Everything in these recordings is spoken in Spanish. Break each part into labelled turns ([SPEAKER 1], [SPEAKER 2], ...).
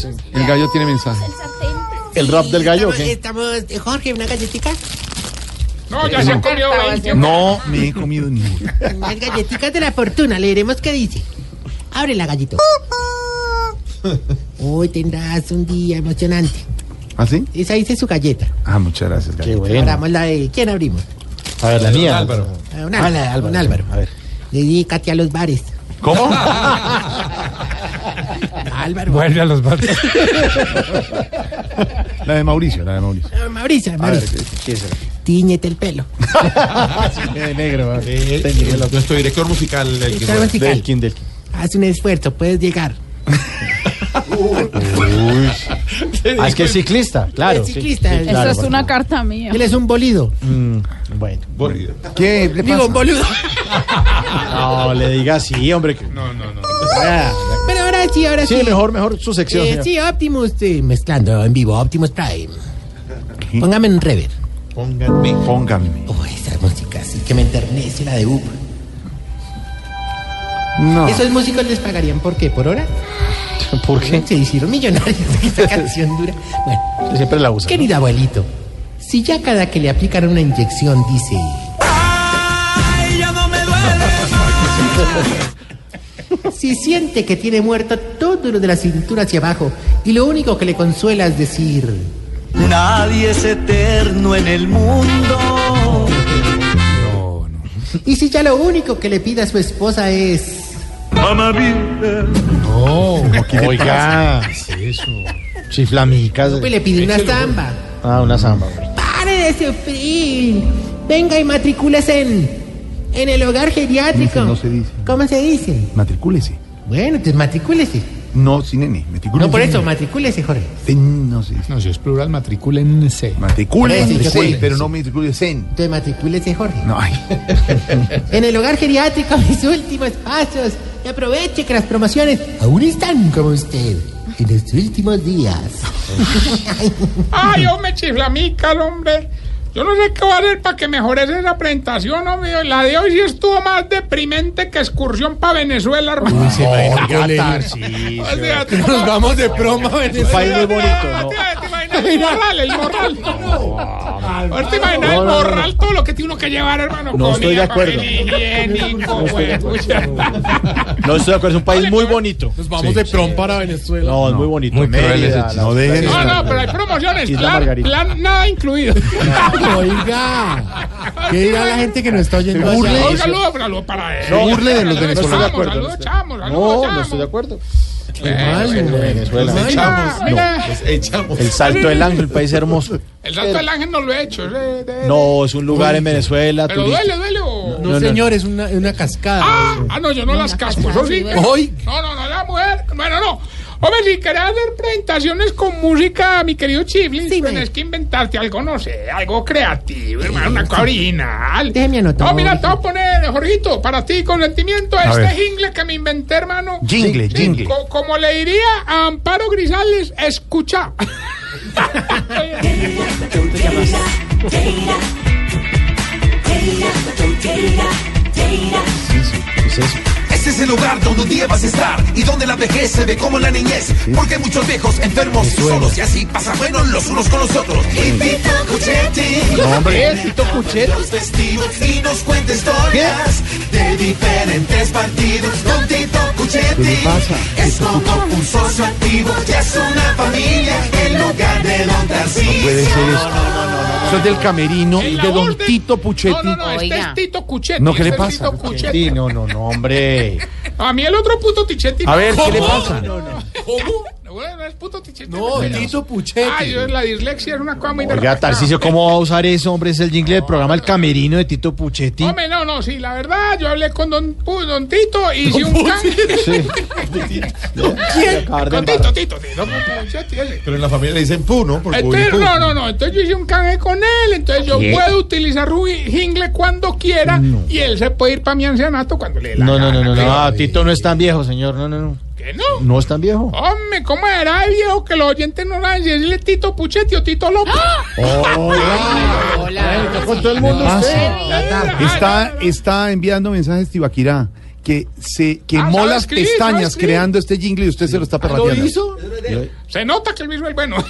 [SPEAKER 1] sí. El gallo tiene mensaje.
[SPEAKER 2] ¿El rap del gallo o qué?
[SPEAKER 3] Estamos, estamos- Jorge, una galletica.
[SPEAKER 4] No, ya se comió 20.
[SPEAKER 1] No me he comido ni una.
[SPEAKER 3] Las galletitas de la fortuna, leeremos qué dice. Ábrela, gallito. Hoy tendrás un día emocionante.
[SPEAKER 1] ¿Ah, sí?
[SPEAKER 3] Esa dice su galleta.
[SPEAKER 1] Ah, muchas gracias,
[SPEAKER 2] Qué
[SPEAKER 1] gallo.
[SPEAKER 2] bueno.
[SPEAKER 3] Abramos la de. ¿Quién abrimos?
[SPEAKER 2] A ver, la mía.
[SPEAKER 4] Álvaro.
[SPEAKER 3] Ah, un
[SPEAKER 2] Ah, la de Álvaro.
[SPEAKER 3] un Álvaro.
[SPEAKER 2] A ver.
[SPEAKER 3] Dedícate a los bares.
[SPEAKER 1] ¿Cómo?
[SPEAKER 3] Álvaro.
[SPEAKER 4] Vuelve a los barcos.
[SPEAKER 1] La de Mauricio, la de Mauricio.
[SPEAKER 3] Ah, Mauricio,
[SPEAKER 2] A ver,
[SPEAKER 3] Mauricio.
[SPEAKER 2] ¿qué es eso?
[SPEAKER 3] Tíñete el pelo.
[SPEAKER 2] Eh, negro. a ver.
[SPEAKER 5] Eh,
[SPEAKER 2] Téngale
[SPEAKER 5] el-
[SPEAKER 2] la-
[SPEAKER 5] nuestro director musical, el que
[SPEAKER 3] Está
[SPEAKER 5] fue.
[SPEAKER 3] musical.
[SPEAKER 2] Delkin, Delkin.
[SPEAKER 3] Haz un esfuerzo, puedes llegar.
[SPEAKER 2] Ah, es que es ciclista, claro.
[SPEAKER 3] Es
[SPEAKER 2] sí.
[SPEAKER 3] ciclista.
[SPEAKER 2] Sí,
[SPEAKER 3] Eso
[SPEAKER 2] claro,
[SPEAKER 6] Esa es
[SPEAKER 2] por
[SPEAKER 6] una
[SPEAKER 2] favor.
[SPEAKER 6] carta mía.
[SPEAKER 3] Él es un bolido.
[SPEAKER 2] Mm, bueno.
[SPEAKER 5] Borrido.
[SPEAKER 1] ¿Qué le
[SPEAKER 3] Digo, un
[SPEAKER 1] pasa?
[SPEAKER 3] boludo.
[SPEAKER 2] No, le diga sí, hombre. que-
[SPEAKER 5] No, no, no.
[SPEAKER 2] Ah,
[SPEAKER 3] Pero ahora sí, ahora sí.
[SPEAKER 2] Sí, mejor, mejor su sección.
[SPEAKER 3] Eh,
[SPEAKER 2] señor.
[SPEAKER 3] sí, Optimus, eh, mezclando en vivo, Optimus Prime. Póngame en rever.
[SPEAKER 5] Pónganme.
[SPEAKER 1] Póngame.
[SPEAKER 3] Oh, esa música sí que me enternece la de Upa.
[SPEAKER 1] No.
[SPEAKER 3] Esos músicos les pagarían, ¿por qué? ¿Por hora?
[SPEAKER 2] ¿Por qué?
[SPEAKER 3] Se hicieron millonarios con esa canción dura. Bueno,
[SPEAKER 2] Siempre la usa. ¿no?
[SPEAKER 3] querido abuelito, si ya cada que le aplican una inyección dice... Si siente que tiene muerto todo lo de la cintura hacia abajo y lo único que le consuela es decir...
[SPEAKER 7] Nadie es eterno en el mundo.
[SPEAKER 3] Y si ya lo único que le pide a su esposa es...
[SPEAKER 7] Mamá vida.
[SPEAKER 2] Oiga, chiflamicas.
[SPEAKER 3] Pues le pide una zamba.
[SPEAKER 2] Ah, una samba, güey.
[SPEAKER 3] ¡Pare de sufrir! Venga y matricúlese en, en el hogar geriátrico.
[SPEAKER 1] Dice, no se dice.
[SPEAKER 3] ¿Cómo se dice?
[SPEAKER 1] Matricúlese.
[SPEAKER 3] Bueno, entonces matricúlese.
[SPEAKER 1] No, sin N. Matricúlese.
[SPEAKER 3] No por eso, matricúlese, Jorge.
[SPEAKER 1] Ten, no sé.
[SPEAKER 4] No, si es plural, matricúlense.
[SPEAKER 3] Por
[SPEAKER 1] Matricúlese,
[SPEAKER 3] eso,
[SPEAKER 1] sí,
[SPEAKER 3] sí.
[SPEAKER 1] pero no matricúlese.
[SPEAKER 3] Entonces matricúlese, Jorge.
[SPEAKER 1] No, ay.
[SPEAKER 3] En el hogar geriátrico, mis últimos pasos. Y aproveche que las promociones aún están como usted. En los últimos días.
[SPEAKER 4] Ay, hombre, chiflamica, el hombre. Yo no sé qué va a hacer para que mejores esa presentación, hombre. La de hoy sí estuvo más deprimente que excursión para Venezuela, hermano.
[SPEAKER 2] Se imaginó que olé-
[SPEAKER 4] O sea, tú-
[SPEAKER 2] Nos vamos de broma a Venezuela. País muy bonito, ¿no?
[SPEAKER 4] ¿Te imaginas el morral, el morral? Ahora te imaginas el
[SPEAKER 2] No, no, no.
[SPEAKER 4] morral, todo lo que tiene uno que llevar, hermano.
[SPEAKER 2] No estoy de acuerdo.
[SPEAKER 4] higiénico, huepucha.
[SPEAKER 2] No estoy de acuerdo, es un país muy bonito.
[SPEAKER 8] Nos vamos de prom para Venezuela.
[SPEAKER 2] No, es muy bonito.
[SPEAKER 5] Muy cruel ese
[SPEAKER 2] Mérida,
[SPEAKER 5] chiste.
[SPEAKER 2] la-
[SPEAKER 1] No dejen.
[SPEAKER 4] No, no, pero hay promociones,
[SPEAKER 2] Isla
[SPEAKER 4] plan,
[SPEAKER 2] Margarita.
[SPEAKER 4] plan nada incluido.
[SPEAKER 8] Oiga, ¿qué dirá la gente que nos está oyendo?
[SPEAKER 2] Se
[SPEAKER 8] allá?
[SPEAKER 2] burle.
[SPEAKER 4] Un saludo, saludo para él.
[SPEAKER 2] No, burle de los
[SPEAKER 4] Saludos,
[SPEAKER 2] venezolanos.
[SPEAKER 4] chamo, Saludos, chamo, saludos,
[SPEAKER 2] No,
[SPEAKER 4] chamo.
[SPEAKER 2] no estoy de acuerdo.
[SPEAKER 4] Bueno,
[SPEAKER 2] Bueno,
[SPEAKER 5] Nos
[SPEAKER 2] Venezuela.
[SPEAKER 5] echamos.
[SPEAKER 4] mira.
[SPEAKER 5] No, nos echamos.
[SPEAKER 2] El Salto del Ángel, país hermoso.
[SPEAKER 4] El salto del ángel no lo he hecho. ese- de-
[SPEAKER 2] No, es un lugar en Venezuela.
[SPEAKER 4] Pero
[SPEAKER 2] turístico.
[SPEAKER 4] duele, duele. o-
[SPEAKER 8] No,
[SPEAKER 2] No, no.
[SPEAKER 8] señor, es una, una cascada.
[SPEAKER 4] Ah, ah, no, yo no las casco, eso sí.
[SPEAKER 8] Hoy.
[SPEAKER 4] No, no, no, la mujer. Bueno, no. Hombre, si querés hacer presentaciones con música, mi querido Chiflin,
[SPEAKER 3] Sí, me-
[SPEAKER 4] tienes que inventarte algo, no sé, algo creativo, hermano, una cosa original.
[SPEAKER 3] Déjeme anotar,
[SPEAKER 4] No, mira,
[SPEAKER 3] Jorge.
[SPEAKER 4] te voy a poner, Jorgito, para ti, con sentimiento, este jingle que me inventé, hermano.
[SPEAKER 1] Jingle,
[SPEAKER 4] Sí,
[SPEAKER 1] jingle.
[SPEAKER 4] co- como le diría a Amparo Grisales, escucha.
[SPEAKER 9] Ese es el lugar donde un día vas a estar y donde la vejez se ve como la niñez. Porque hay muchos viejos enfermos y solos y así pasa bueno los unos con los otros. Invita a Cuchetti. Los vestidos y nos cuenta historias de diferentes partidos. Con Tito Cuchetti. Es como un socio activo, ya es una familia en lugar de don Tarcisio.
[SPEAKER 1] Puede ser esto. Eso es del camerino y
[SPEAKER 4] En la
[SPEAKER 1] de don
[SPEAKER 4] voz del-
[SPEAKER 1] Tito Puchetti.
[SPEAKER 4] No, no, no, este
[SPEAKER 6] Oiga.
[SPEAKER 4] es Tito Cuchetti.
[SPEAKER 1] No, ¿qué le
[SPEAKER 4] este es
[SPEAKER 1] pasa?
[SPEAKER 4] Tito Cuchetti.
[SPEAKER 2] Sí, no, no, no, hombre.
[SPEAKER 4] A mí el otro puto Tichetti.
[SPEAKER 1] A ver, ¿qué le pasa?
[SPEAKER 4] No, bueno, es puto Tichetti.
[SPEAKER 8] No,
[SPEAKER 4] Bueno.
[SPEAKER 8] Tito Puchetti.
[SPEAKER 4] Ay, yo, la dislexia es una cosa muy
[SPEAKER 2] Oiga,
[SPEAKER 4] berraca.
[SPEAKER 2] Tarcicio, ¿cómo va a usar eso, hombre? Es el jingle del programa El Camerino de Tito Puchetti.
[SPEAKER 4] Hombre, no, no, sí, la verdad, yo hablé con don, Pu- don Tito y hice un can... Con Tito, Tito, Tito, con Puchetti, ese.
[SPEAKER 5] Pero en la familia le dicen pu, ¿no? Por
[SPEAKER 4] Entonces, no, no, no, entonces yo hice un canje con él, entonces yo puedo utilizar Ruby Jingle cuando quiera y él se puede ir para mi ancianato cuando le dé la
[SPEAKER 2] No, no, no,
[SPEAKER 4] gana,
[SPEAKER 2] no, no.
[SPEAKER 4] pero-
[SPEAKER 2] ah, Tito no es tan viejo, señor. No, no, no.
[SPEAKER 4] ¿Qué no?
[SPEAKER 2] No es tan viejo.
[SPEAKER 4] Hombre, ¿cómo era de viejo que los oyentes no saben si es Tito Puchetti o Tito López?
[SPEAKER 6] Hola.
[SPEAKER 2] Con todo el mundo
[SPEAKER 1] pasa?
[SPEAKER 6] usted.
[SPEAKER 4] Ah, no,
[SPEAKER 1] Está, está enviando mensajes Tibaquirá. que se
[SPEAKER 4] Ah,
[SPEAKER 1] quemó
[SPEAKER 4] ¿sabes
[SPEAKER 1] las
[SPEAKER 4] escribir? ¿Sabes
[SPEAKER 1] pestañas
[SPEAKER 4] escribir?
[SPEAKER 1] creando este jingle y usted se lo está
[SPEAKER 8] ¿Lo
[SPEAKER 1] perrateando.
[SPEAKER 8] hizo?
[SPEAKER 4] Se nota que el mismo es bueno.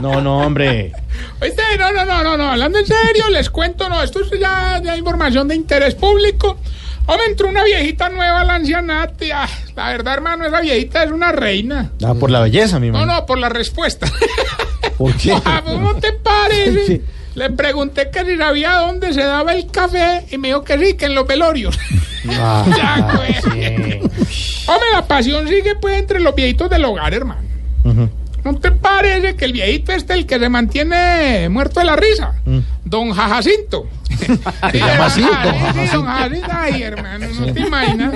[SPEAKER 2] No, no, hombre.
[SPEAKER 4] Oíste, no, no, no, no, no, hablando en serio, les cuento, no, esto es ya, ya información de interés público. Hombre, entró una viejita nueva a la ancianate. ah, la verdad, hermano, esa viejita es una reina.
[SPEAKER 2] Ah, por la belleza, mi
[SPEAKER 4] No,
[SPEAKER 2] hermano.
[SPEAKER 4] no, por la respuesta.
[SPEAKER 2] ¿Por qué?
[SPEAKER 4] Ah, ¿Cómo te
[SPEAKER 2] Sí.
[SPEAKER 4] parece? Le pregunté que si sabía dónde se daba el café y me dijo que sí, que en los velorios. Ya,
[SPEAKER 2] Ah,
[SPEAKER 4] güey. Hombre, la pasión sigue pues entre los viejitos del hogar, hermano. ¿No te parece que el viejito este, el que se mantiene muerto de la risa? Don Jacinto. ¿Se
[SPEAKER 2] Mm. llama así, don
[SPEAKER 4] Don Jacinto. Ay, hermano, no te imaginas.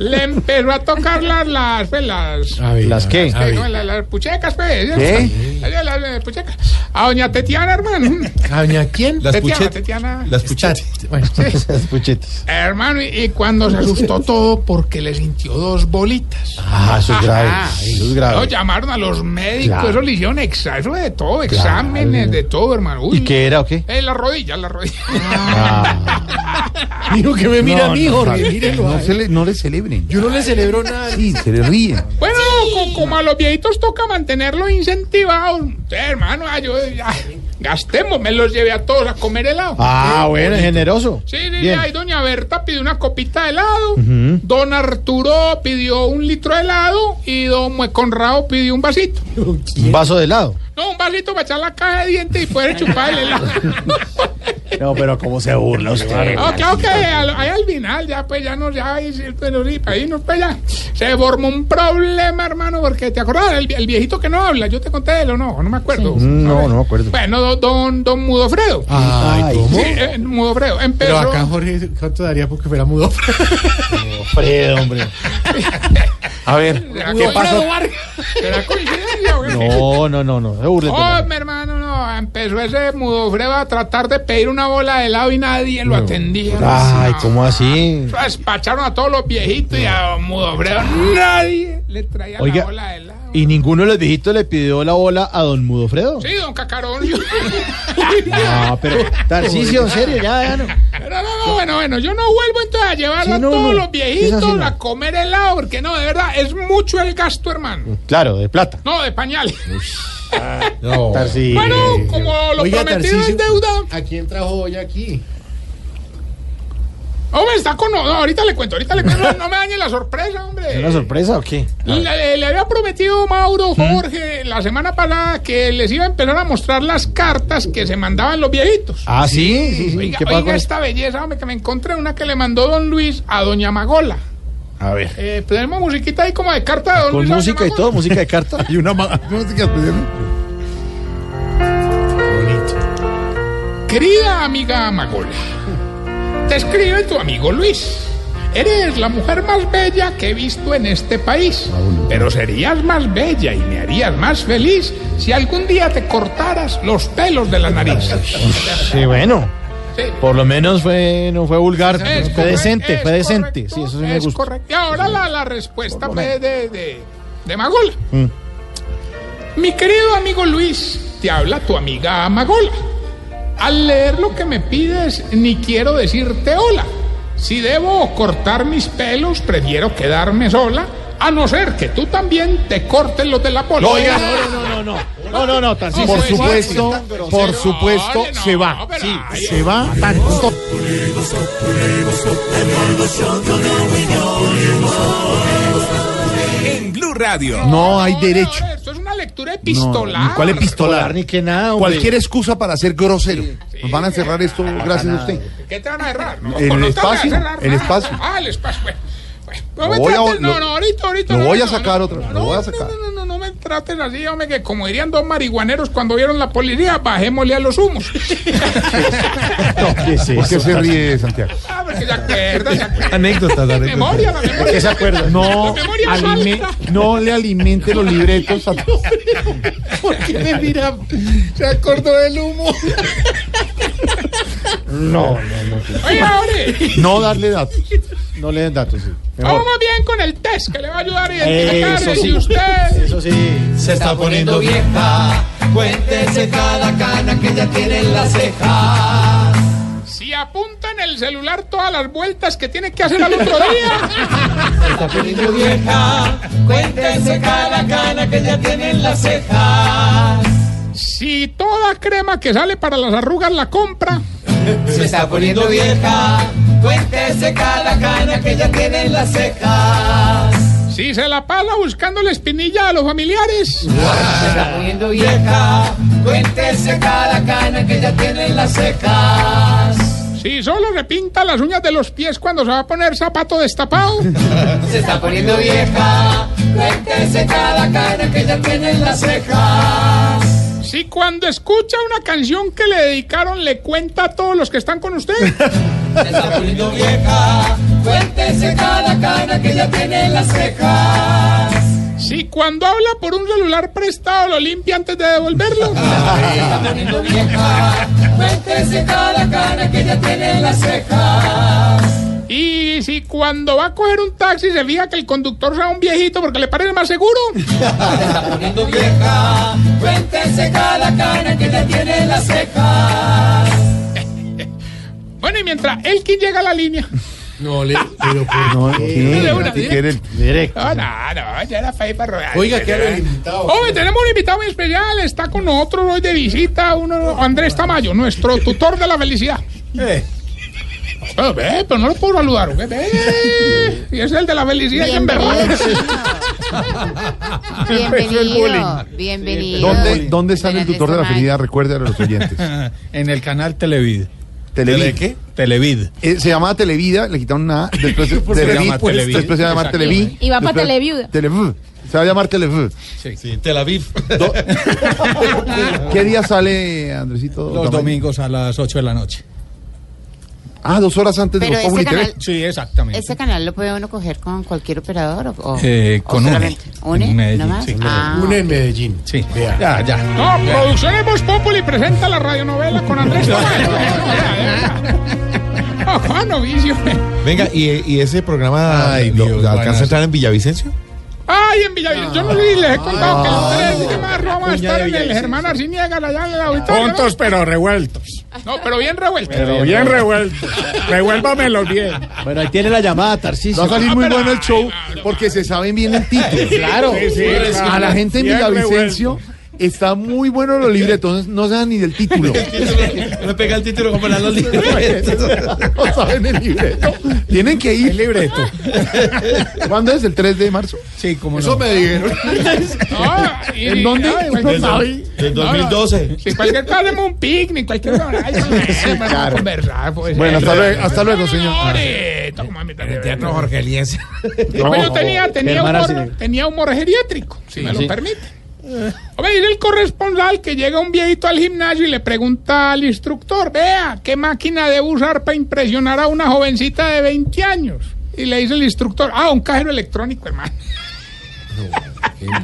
[SPEAKER 4] Le empezó a tocar las, las, pues, las,
[SPEAKER 2] ¿Las qué?
[SPEAKER 4] eh, no, la- las puchecas, pues.
[SPEAKER 1] ¿Qué?
[SPEAKER 4] Las, las, eh, puchecas. A doña Tetiana, hermano.
[SPEAKER 8] ¿Caña quién?
[SPEAKER 5] Las
[SPEAKER 4] Tetiana,
[SPEAKER 5] puchetas.
[SPEAKER 4] Tetiana.
[SPEAKER 5] Las puchetas.
[SPEAKER 2] Las puchetas.
[SPEAKER 4] Hermano, y, y cuando se asustó todo porque le sintió dos bolitas.
[SPEAKER 2] Ah, eso es grave.
[SPEAKER 4] Ajá.
[SPEAKER 2] Eso es
[SPEAKER 4] Lo
[SPEAKER 2] grave.
[SPEAKER 4] llamaron a los
[SPEAKER 2] Ah,
[SPEAKER 4] médicos,
[SPEAKER 2] Claro.
[SPEAKER 4] eso le hicieron exa- eso de todo, exámenes, de todo, hermano. Uy,
[SPEAKER 2] ¿Y qué Ah. era o qué?
[SPEAKER 4] Eh, la rodilla, la rodilla.
[SPEAKER 8] Dijo que me mira
[SPEAKER 2] No,
[SPEAKER 8] a mí,
[SPEAKER 2] no,
[SPEAKER 8] Jorge. Mírenlo.
[SPEAKER 1] No,
[SPEAKER 8] a él.
[SPEAKER 1] se le, no le celebren.
[SPEAKER 8] Yo no le celebro nada.
[SPEAKER 1] Sí, se le ríen.
[SPEAKER 4] Bueno, co- como a los viejitos toca mantenerlos incentivados. Usted, hermano, ah, yo ya, gastemos, me los llevé a todos a comer helado.
[SPEAKER 2] Ah, bueno, es generoso.
[SPEAKER 4] Sí, sí,
[SPEAKER 2] Bien.
[SPEAKER 4] sí, ahí doña Berta pidió una copita de helado, don Arturo pidió un litro de helado y don Mue Conrado pidió un vasito.
[SPEAKER 2] Un vaso de helado.
[SPEAKER 4] No, un vasito para echar la caja de dientes y poder chupar el helado.
[SPEAKER 2] No, pero ¿cómo se burla usted?
[SPEAKER 4] No, claro que al- ahí al final ya pues ya no, ya ahí sí, pero sí, ahí no, pues ya. Se formó un problema, hermano, porque te acordás, el, vie- el viejito que no habla, yo te conté de él o no, no me acuerdo.
[SPEAKER 2] Mm, No, no me acuerdo.
[SPEAKER 4] Bueno, don, don, don Mudofredo.
[SPEAKER 8] Ay,
[SPEAKER 4] Sí,
[SPEAKER 8] ¿cómo?
[SPEAKER 4] eh, Mudofredo. Empezó.
[SPEAKER 8] Pero acá Jorge, ¿cuánto daría porque fuera mudo?
[SPEAKER 2] Fredo, hombre.
[SPEAKER 1] A ver,
[SPEAKER 4] ¿Será
[SPEAKER 1] ¿qué
[SPEAKER 4] co-
[SPEAKER 1] pasó?
[SPEAKER 4] ¿Será coincidencia o qué?
[SPEAKER 2] No, no, no, no. Se burla.
[SPEAKER 4] Oh, mi hermano, no, empezó ese mudofreo a tratar de pedir una bola de helado y nadie lo atendía.
[SPEAKER 2] Ay, ¿cómo así?
[SPEAKER 4] Despacharon a todos los viejitos y a mudofreo nadie le traía
[SPEAKER 2] Oiga,
[SPEAKER 4] la bola de helado.
[SPEAKER 2] Y ninguno de los viejitos le pidió la bola a don Mudofredo.
[SPEAKER 4] Sí, don Cacarón.
[SPEAKER 2] No, pero Tarcicio, en serio, ya, ya no.
[SPEAKER 4] Pero no, no, bueno, bueno, yo no vuelvo entonces a llevar
[SPEAKER 2] Sí,
[SPEAKER 4] a
[SPEAKER 2] no,
[SPEAKER 4] todos
[SPEAKER 2] no.
[SPEAKER 4] los viejitos
[SPEAKER 2] Es así, no.
[SPEAKER 4] a comer helado, porque no, de verdad, es mucho el gasto, hermano.
[SPEAKER 2] Claro, de plata.
[SPEAKER 4] No, de pañales.
[SPEAKER 5] No.
[SPEAKER 2] Tarcicio.
[SPEAKER 4] Bueno, como lo prometido es
[SPEAKER 8] Tarcisio,
[SPEAKER 4] deuda.
[SPEAKER 8] ¿A quién trajo hoy aquí?
[SPEAKER 4] Hombre, está con. No, ahorita le cuento, ahorita le cuento. No, no me dañe la sorpresa, hombre.
[SPEAKER 2] ¿Es una sorpresa o qué?
[SPEAKER 4] Le, le había prometido Mauro
[SPEAKER 2] Mm.
[SPEAKER 4] Jorge la semana pasada que les iba a empezar a mostrar las cartas que se mandaban los viejitos.
[SPEAKER 2] Ah, sí, sí, sí.
[SPEAKER 4] oiga,
[SPEAKER 2] ¿Qué pasa
[SPEAKER 4] oiga
[SPEAKER 2] con esto?
[SPEAKER 4] esta belleza, hombre, que me encontré una que le mandó Don Luis a Doña Magola.
[SPEAKER 2] A ver.
[SPEAKER 4] Eh, tenemos musiquita ahí como de carta de Don
[SPEAKER 2] Con
[SPEAKER 4] Luis. a Doña
[SPEAKER 2] música y
[SPEAKER 4] Magola.
[SPEAKER 2] todo, música de carta.
[SPEAKER 1] Y una ma- música especial.
[SPEAKER 4] Querida amiga Magola, te escribe tu amigo Luis. Eres la mujer más bella que he visto en este país.
[SPEAKER 2] Ah,
[SPEAKER 4] Pero serías más bella y me harías más feliz si algún día te cortaras los pelos de la nariz.
[SPEAKER 2] Ah, Sí, bueno.
[SPEAKER 4] Sí.
[SPEAKER 2] Por lo menos fue, no fue vulgar, fue
[SPEAKER 4] Es correcto,
[SPEAKER 2] decente,
[SPEAKER 4] es
[SPEAKER 2] fue decente.
[SPEAKER 4] correcto,
[SPEAKER 2] Sí, eso sí me
[SPEAKER 4] es
[SPEAKER 2] gusta.
[SPEAKER 4] correcto. Y ahora la, la
[SPEAKER 2] Por
[SPEAKER 4] respuesta
[SPEAKER 2] lo
[SPEAKER 4] pues,
[SPEAKER 2] menos.
[SPEAKER 4] de, de, de Magola.
[SPEAKER 2] Mm.
[SPEAKER 4] Mi querido amigo Luis, te habla tu amiga Magola. Al leer lo que me pides, ni quiero decirte hola. Si debo cortar mis pelos, prefiero quedarme sola, a no ser que tú también te cortes los de la polla.
[SPEAKER 2] Oiga, no, no, no, no, no. No, no, no, Tarcicio.
[SPEAKER 1] Por
[SPEAKER 2] sí, sí.
[SPEAKER 1] supuesto, por supuesto,
[SPEAKER 4] Oye, no,
[SPEAKER 1] se va.
[SPEAKER 4] pero
[SPEAKER 1] Sí,
[SPEAKER 4] ay,
[SPEAKER 1] se va. Tanto.
[SPEAKER 9] En Blue Radio.
[SPEAKER 1] No hay
[SPEAKER 4] no,
[SPEAKER 1] derecho.
[SPEAKER 4] no, Esto es una lectura epistolar.
[SPEAKER 1] No, ¿cuál epistolar?
[SPEAKER 2] Pistolar ni que nada, hombre.
[SPEAKER 1] Cualquier excusa para ser grosero. Nos van a cerrar esto gracias a usted.
[SPEAKER 4] ¿Qué te van a errar? No,
[SPEAKER 1] El
[SPEAKER 4] no te van a
[SPEAKER 1] espacio,
[SPEAKER 4] cerrar
[SPEAKER 1] el
[SPEAKER 4] nada.
[SPEAKER 1] espacio.
[SPEAKER 4] Ah, el espacio.
[SPEAKER 1] Lo
[SPEAKER 4] Bueno, bueno, no, me
[SPEAKER 1] voy a-
[SPEAKER 4] trates- no,
[SPEAKER 1] lo-
[SPEAKER 4] no, ahorita, ahorita.
[SPEAKER 1] lo
[SPEAKER 4] no,
[SPEAKER 1] voy a
[SPEAKER 4] no,
[SPEAKER 1] sacar
[SPEAKER 4] no,
[SPEAKER 1] otra,
[SPEAKER 4] no,
[SPEAKER 1] lo voy a
[SPEAKER 4] no,
[SPEAKER 1] sacar.
[SPEAKER 4] No, no, no, no me trates así, hombre, que como dirían dos marihuaneros cuando vieron la policía, bajémosle a los humos.
[SPEAKER 2] ¿Qué es
[SPEAKER 1] ¿Por qué
[SPEAKER 2] eso?
[SPEAKER 1] se ríe, Santiago?
[SPEAKER 4] ah, porque se acuerda, se acuerda.
[SPEAKER 5] Anécdotas,
[SPEAKER 4] La
[SPEAKER 5] anécdotas.
[SPEAKER 4] memoria, la memoria.
[SPEAKER 2] ¿Qué se acuerda?
[SPEAKER 1] No,
[SPEAKER 4] La memoria
[SPEAKER 1] alime-
[SPEAKER 4] falsa.
[SPEAKER 1] no le alimente los libretos a
[SPEAKER 8] ¿Por qué me mira?
[SPEAKER 4] Se acordó del humo.
[SPEAKER 2] No, no, no.
[SPEAKER 4] Oye, ahora,
[SPEAKER 1] No darle datos.
[SPEAKER 2] No le den datos, sí. Mejor.
[SPEAKER 4] vamos más bien con el test que le va a ayudar a identificar
[SPEAKER 2] Eso
[SPEAKER 4] si
[SPEAKER 2] sí.
[SPEAKER 4] usted.
[SPEAKER 2] Eso sí.
[SPEAKER 7] Se está poniendo vieja, cuéntese cada cana que ya tiene en las cejas.
[SPEAKER 4] Si apunta en el celular todas las vueltas que tiene que hacer al otro día.
[SPEAKER 7] Está poniendo vieja, cuéntese cada cana que ya tienen las cejas.
[SPEAKER 4] Si toda crema que sale para las arrugas la compra.
[SPEAKER 7] Se está poniendo vieja, cuéntese cada cana que ya tienen las cejas.
[SPEAKER 4] Si se la pasa buscando la espinilla a los familiares.
[SPEAKER 7] Se está poniendo vieja, cuéntese cada cana que ya tienen las cejas.
[SPEAKER 4] Si solo repinta las uñas de los pies cuando se va a poner zapato destapado.
[SPEAKER 7] Se está poniendo vieja, cuéntese cada cana que ya tienen las cejas.
[SPEAKER 4] Si cuando escucha una canción que le dedicaron le cuenta a todos los que están con usted.
[SPEAKER 7] Se está poniendo vieja, cuéntese cada cana que ya tienen las cejas.
[SPEAKER 4] Si cuando habla por un celular prestado lo limpia antes de devolverlo.
[SPEAKER 7] Se está poniendo vieja, cuéntese cada cana que ya tienen las cejas.
[SPEAKER 4] Y si cuando va a coger un taxi se fija que el conductor sea un viejito porque le parece más seguro.
[SPEAKER 7] Se está poniendo vieja, cuéntese cada cana que ya tienen las cejas.
[SPEAKER 4] Bueno, y mientras Elkin llega a la línea.
[SPEAKER 8] No, le, pero por
[SPEAKER 2] No,
[SPEAKER 4] Dale
[SPEAKER 2] ¿qué?
[SPEAKER 4] una,
[SPEAKER 2] ¿Qué
[SPEAKER 5] ¿eh?
[SPEAKER 4] dile.
[SPEAKER 2] quieren? Directo.
[SPEAKER 4] No, no, no, ya era fe para rodar.
[SPEAKER 8] Oiga, que era el invitado.
[SPEAKER 4] Hombre, tenemos un invitado muy especial, está con nosotros hoy de visita, uno, Andrés Tamayo, nuestro tutor de la felicidad.
[SPEAKER 8] Eh,
[SPEAKER 4] Pero, ve, pero no lo puedo saludar, ¿o qué? Ve, y es el de la felicidad, que en verdad.
[SPEAKER 6] Bienvenido. Bienvenido.
[SPEAKER 1] ¿Dónde, ¿Dónde sale el
[SPEAKER 6] Buenas
[SPEAKER 1] tutor de la
[SPEAKER 6] noches,
[SPEAKER 1] avenida? Recuerden a los oyentes.
[SPEAKER 2] Eh,
[SPEAKER 5] En el canal Televid.
[SPEAKER 1] Televid.
[SPEAKER 5] qué? Televid.
[SPEAKER 1] Eh, se llamaba Televida, le quitaron una. Después, se-
[SPEAKER 5] se
[SPEAKER 1] Televid,
[SPEAKER 5] llama
[SPEAKER 1] pues,
[SPEAKER 5] Televid?
[SPEAKER 1] después se va a llamar
[SPEAKER 5] Exacto.
[SPEAKER 1] Televí.
[SPEAKER 6] Y va pa'
[SPEAKER 1] después-
[SPEAKER 6] Televiuda.
[SPEAKER 1] Telev. Se va a llamar Telev.
[SPEAKER 5] Sí, Tel Aviv.
[SPEAKER 1] ¿Qué día sale, Andresito?
[SPEAKER 5] Los domingos a las 8 de la noche.
[SPEAKER 1] Ah, dos horas antes de
[SPEAKER 6] Pero
[SPEAKER 1] los
[SPEAKER 6] ese
[SPEAKER 1] Populi
[SPEAKER 6] canal,
[SPEAKER 1] TV.
[SPEAKER 5] Sí, exactamente.
[SPEAKER 6] ese canal lo puede uno coger con cualquier operador o, o-
[SPEAKER 5] Eh,
[SPEAKER 6] o
[SPEAKER 5] con UNE.
[SPEAKER 6] solamente-
[SPEAKER 5] En
[SPEAKER 6] une.
[SPEAKER 5] Medellín,
[SPEAKER 6] nomás?
[SPEAKER 5] sí.
[SPEAKER 6] Ah,
[SPEAKER 8] una en Medellín.
[SPEAKER 5] Sí,
[SPEAKER 8] Vea.
[SPEAKER 5] ya, ya.
[SPEAKER 4] No, Producciones Voz Populi presenta la radionovela con Andrés Tamayo. Ya, ya, ya. Ojo, novicio.
[SPEAKER 10] Venga, ¿y, y ese programa
[SPEAKER 5] Ay,
[SPEAKER 10] lo-
[SPEAKER 5] Dios,
[SPEAKER 10] lo alcanza
[SPEAKER 5] buenas.
[SPEAKER 10] a entrar en Villavicencio?
[SPEAKER 4] Ay, en Villavir, yo no sé si les he contado que el 3 de marzo vamos a estar en el Germán Arciniega, allá en el auditorio. ¿no?
[SPEAKER 5] Juntos pero revueltos.
[SPEAKER 4] No, pero bien revuelto.
[SPEAKER 5] Pero bien revueltos. Revuélvamelos bien.
[SPEAKER 2] Bueno, ahí tiene la llamada,
[SPEAKER 1] Va
[SPEAKER 2] Tarcisio.
[SPEAKER 1] a salir
[SPEAKER 5] Ah,
[SPEAKER 1] muy bueno el show porque se saben bien el título.
[SPEAKER 2] Claro.
[SPEAKER 5] Sí, sí, claro.
[SPEAKER 1] A la gente en
[SPEAKER 5] Bien
[SPEAKER 1] Villavicencio está muy bueno los libretos, no saben ni del título.
[SPEAKER 10] Me pega el título como la Loli.
[SPEAKER 1] No saben el libreto. Tienen que ir. El libreto. ¿Cuándo es? ¿El 3 de marzo?
[SPEAKER 5] Sí, como
[SPEAKER 1] Eso
[SPEAKER 5] no.
[SPEAKER 1] me dijeron.
[SPEAKER 4] No, y-
[SPEAKER 1] ¿En dónde? Pues,
[SPEAKER 4] ay, pues,
[SPEAKER 1] Uno
[SPEAKER 4] cualquier-
[SPEAKER 1] sabe.
[SPEAKER 10] Del 2012.
[SPEAKER 4] Si cualquier cosa hacemos un picnic, cualquier cosa. Ay, sí, vamos a conversar, pues.
[SPEAKER 1] Bueno, hasta luego, hasta luego, señor. Ah,
[SPEAKER 4] Señores, toma mi tarjeta.
[SPEAKER 5] Jorgeliense.
[SPEAKER 4] Bueno, yo tenía, tenía,
[SPEAKER 2] Germán
[SPEAKER 4] humor,
[SPEAKER 2] Arce-
[SPEAKER 4] tenía humor geriátrico, si me lo
[SPEAKER 2] sí.
[SPEAKER 4] permite. Hombre, dice el corresponsal que llega un viejito al gimnasio y le pregunta al instructor, vea, ¿qué máquina debo usar para impresionar a una jovencita de 20 años? Y le dice el instructor, ah, un cajero electrónico, hermano.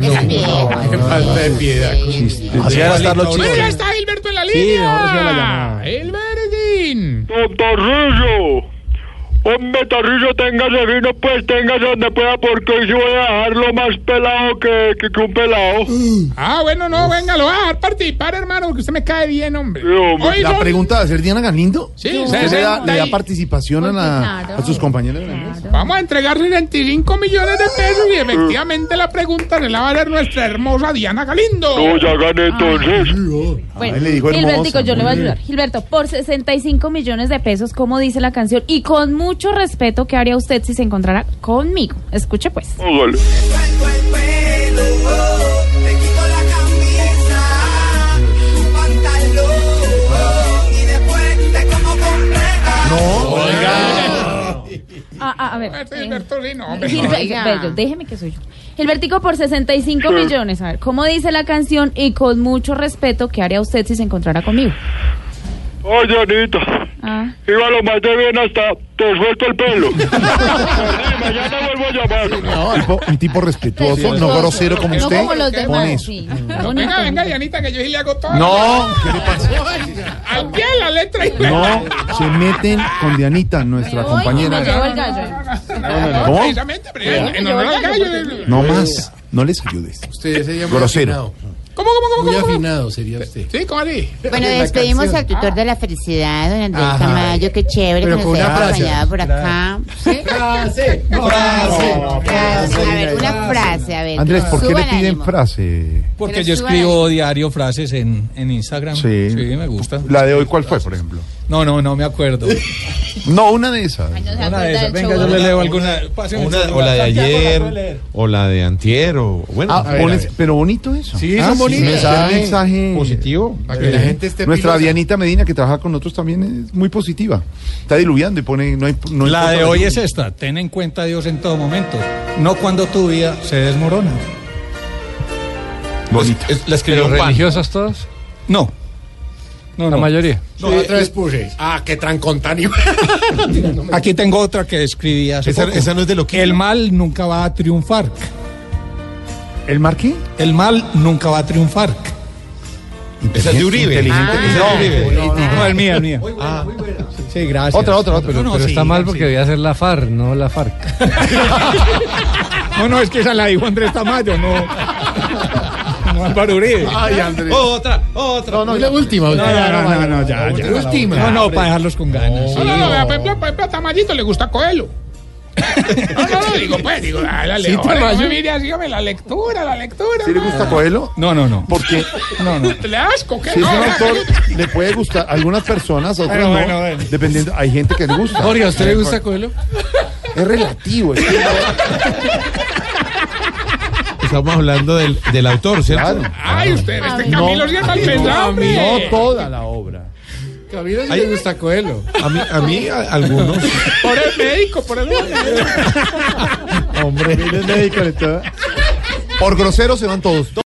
[SPEAKER 6] esa vieja.
[SPEAKER 8] Falta de piedad.
[SPEAKER 2] Así van a estar los
[SPEAKER 4] Bueno, ya
[SPEAKER 2] chicos.
[SPEAKER 4] está Gilberto en la
[SPEAKER 2] mejor reciba la
[SPEAKER 4] línea.
[SPEAKER 2] llamada.
[SPEAKER 4] Gilbertín.
[SPEAKER 11] Don Tarrillo. Hombre, Tarrillo, téngase fino, pues téngase donde pueda, porque hoy sí voy a dejarlo más pelado que, que, que un pelado.
[SPEAKER 4] Ah, bueno, no, venga, lo voy a dejar participar, hermano, porque usted me cae bien, hombre.
[SPEAKER 11] Sí, hombre.
[SPEAKER 4] Hoy
[SPEAKER 1] La
[SPEAKER 4] son-
[SPEAKER 1] pregunta de ser Diana Galindo.
[SPEAKER 4] Sí,
[SPEAKER 1] ¿Usted le da, le da
[SPEAKER 4] 60 y-
[SPEAKER 1] participación a, la-
[SPEAKER 6] Claro.
[SPEAKER 1] a sus compañeros? de la mesa?
[SPEAKER 4] Vamos a entregar 65 millones de pesos y efectivamente la pregunta se la va a hacer nuestra hermosa Diana Galindo.
[SPEAKER 11] No, ya gané Pues entonces.
[SPEAKER 1] Bueno, Ah, Ahí le dijo hermosa.
[SPEAKER 12] Gilbertico, yo le voy a ayudar. Gilberto, por 65 millones de pesos, como dice la canción, y con mucho respeto, ¿qué haría usted si se encontrara conmigo? Escuche pues.
[SPEAKER 11] Hágale.
[SPEAKER 7] Traigo el pelo, oh, te quito la camisa, tu pantalón, oh, y después te como completa.
[SPEAKER 12] Ah, ah, a ver.
[SPEAKER 4] Este
[SPEAKER 12] eh,
[SPEAKER 4] Gilberto, sí, no, hombre, no.
[SPEAKER 12] Gilberto,
[SPEAKER 6] Oiga.
[SPEAKER 12] bello, déjeme que soy yo. Gilbertico, por 65 millones, a ver, ¿cómo dice la canción? Y con mucho respeto, ¿qué haría usted si se encontrara conmigo?
[SPEAKER 11] Oye, Anita.
[SPEAKER 12] Ah.
[SPEAKER 11] Iba lo más de bien hasta te suelto el pelo. Perdí, mañana vuelvo a llamar.
[SPEAKER 1] No, un tipo, un tipo respetuoso, no grosero como
[SPEAKER 12] no
[SPEAKER 1] usted.
[SPEAKER 12] como los
[SPEAKER 1] Pon
[SPEAKER 12] demás.
[SPEAKER 1] eso.
[SPEAKER 12] Sí.
[SPEAKER 4] No,
[SPEAKER 12] Bonito.
[SPEAKER 4] venga, venga, Dianita, que yo sí le hago todo.
[SPEAKER 1] No, ¿qué le pasa?
[SPEAKER 4] Al pie la letra y
[SPEAKER 1] No, se meten con Dianita, nuestra
[SPEAKER 12] Hoy me
[SPEAKER 1] compañera.
[SPEAKER 12] llevo el gallo.
[SPEAKER 4] No,
[SPEAKER 1] ¿Cómo?
[SPEAKER 4] precisamente, pero en, en honor al gallo. eh,
[SPEAKER 1] No más, no les ayudes.
[SPEAKER 8] Usted se llama
[SPEAKER 1] Grosero.
[SPEAKER 8] afinado.
[SPEAKER 13] ¿Cómo, cómo, cómo,
[SPEAKER 3] Muy
[SPEAKER 13] cómo, cómo?
[SPEAKER 3] afinado sería usted.
[SPEAKER 13] Sí, ¿cómo así?
[SPEAKER 6] Bueno, despedimos al tutor de la felicidad, don Andrés
[SPEAKER 3] Ajá.
[SPEAKER 6] Tamayo, qué chévere
[SPEAKER 3] Pero
[SPEAKER 6] que
[SPEAKER 3] con
[SPEAKER 6] nos haya
[SPEAKER 3] una frase.
[SPEAKER 6] acompañado por acá. ¿Sí?
[SPEAKER 3] Frase,
[SPEAKER 6] frase, A ver, una frase, a ver.
[SPEAKER 1] Andrés, ¿por qué
[SPEAKER 6] suba
[SPEAKER 1] le
[SPEAKER 6] el
[SPEAKER 1] piden
[SPEAKER 6] ánimo.
[SPEAKER 1] frase?
[SPEAKER 4] Porque
[SPEAKER 6] Pero
[SPEAKER 4] yo
[SPEAKER 6] suban
[SPEAKER 4] escribo diario frases en, en Instagram.
[SPEAKER 1] Sí.
[SPEAKER 4] me gusta.
[SPEAKER 1] La de hoy, ¿cuál fue, por ejemplo?
[SPEAKER 4] No, no, no me acuerdo.
[SPEAKER 1] No, una de esas.
[SPEAKER 4] Una de
[SPEAKER 2] del
[SPEAKER 4] esas. Venga, yo le
[SPEAKER 2] show.
[SPEAKER 4] leo alguna.
[SPEAKER 2] O una- o la de ayer, o la de antier, o bueno.
[SPEAKER 1] Ah,
[SPEAKER 2] a ver,
[SPEAKER 1] pones-
[SPEAKER 2] a ver.
[SPEAKER 1] pero bonito eso.
[SPEAKER 2] Ah, Sí, son bonitas.
[SPEAKER 1] Mensaje,
[SPEAKER 2] Mensaje Este
[SPEAKER 1] positivo.
[SPEAKER 2] para que la gente esté
[SPEAKER 1] Nuestra
[SPEAKER 2] pilosa.
[SPEAKER 1] Dianita Medina, que trabaja con nosotros también, es muy positiva. Está diluviando y pone. No hay, no hay
[SPEAKER 4] La
[SPEAKER 1] cosa
[SPEAKER 4] de hoy es
[SPEAKER 1] que-
[SPEAKER 4] esta. Ten en cuenta a Dios en todo momento. No cuando tu vida se desmorona.
[SPEAKER 1] Bonita.
[SPEAKER 4] ¿La
[SPEAKER 14] ¿Pero religiosas todas?
[SPEAKER 4] No. No,
[SPEAKER 14] La
[SPEAKER 4] no.
[SPEAKER 14] mayoría.
[SPEAKER 15] No, otra vez puse. Ah, qué tan contáneo.
[SPEAKER 4] Aquí tengo otra que escribí hace
[SPEAKER 15] Esa-
[SPEAKER 4] poco.
[SPEAKER 15] esa
[SPEAKER 4] no es de lo que. El mal nunca va a triunfar.
[SPEAKER 1] ¿El mar qué?
[SPEAKER 4] El mal nunca va a triunfar.
[SPEAKER 2] Esa es de Uribe.
[SPEAKER 4] Inteligente.
[SPEAKER 2] Esa es de
[SPEAKER 4] Ah.
[SPEAKER 2] Uribe.
[SPEAKER 4] No, no, no, es mía, es mía. Ah. Sí, gracias.
[SPEAKER 14] Otra, otra, otra.
[SPEAKER 4] No,
[SPEAKER 14] Pero,
[SPEAKER 4] no,
[SPEAKER 14] pero
[SPEAKER 4] sí,
[SPEAKER 14] está mal
[SPEAKER 4] sí.
[SPEAKER 14] porque debía ser la FARC, no la FARC.
[SPEAKER 4] No, no, es que esa la dijo Andrés Tamayo, no. No Álvaro Uribe.
[SPEAKER 1] Ay, Andrés.
[SPEAKER 4] Otra, otra.
[SPEAKER 1] No, no, la
[SPEAKER 3] última.
[SPEAKER 4] No, no, no, no, ya, ya.
[SPEAKER 3] última.
[SPEAKER 4] No, no, para dejarlos con ganas.
[SPEAKER 13] No, no, no, vea, por ejemplo, por ejemplo, a Tamayito le gusta Coelho. No, no, no, digo, pues, digo, ah, la
[SPEAKER 4] Sí,
[SPEAKER 13] leo. ahora,
[SPEAKER 4] Tamayo.
[SPEAKER 13] no me mire así, hombre, la lectura, la lectura.
[SPEAKER 1] ¿Sí le gusta Coelho?
[SPEAKER 4] No, no, no.
[SPEAKER 1] Porque
[SPEAKER 4] No, no.
[SPEAKER 13] ¿Te le asco? ¿Qué?
[SPEAKER 1] si es
[SPEAKER 13] No,
[SPEAKER 1] un
[SPEAKER 13] vea,
[SPEAKER 1] autor, le puede gustar a algunas personas, a otras
[SPEAKER 14] Bueno,
[SPEAKER 1] no.
[SPEAKER 14] bueno, bueno.
[SPEAKER 1] Dependiendo, hay gente que le gusta.
[SPEAKER 14] Jorge, ¿a usted le gusta Coelho?
[SPEAKER 1] Es relativo. es que-
[SPEAKER 2] Estamos hablando del, del autor, ¿cierto?
[SPEAKER 4] Ah,
[SPEAKER 13] Ay, usted, este Camilo sí es mal
[SPEAKER 1] no,
[SPEAKER 13] pensado,
[SPEAKER 1] a mí
[SPEAKER 13] hombre.
[SPEAKER 1] no toda la obra.
[SPEAKER 14] Camilo
[SPEAKER 2] Ay.
[SPEAKER 14] le gusta Coelho.
[SPEAKER 2] A mí, a mí a- algunos.
[SPEAKER 13] Por el médico, por el médico.
[SPEAKER 1] Hombre, por grosero se van todos.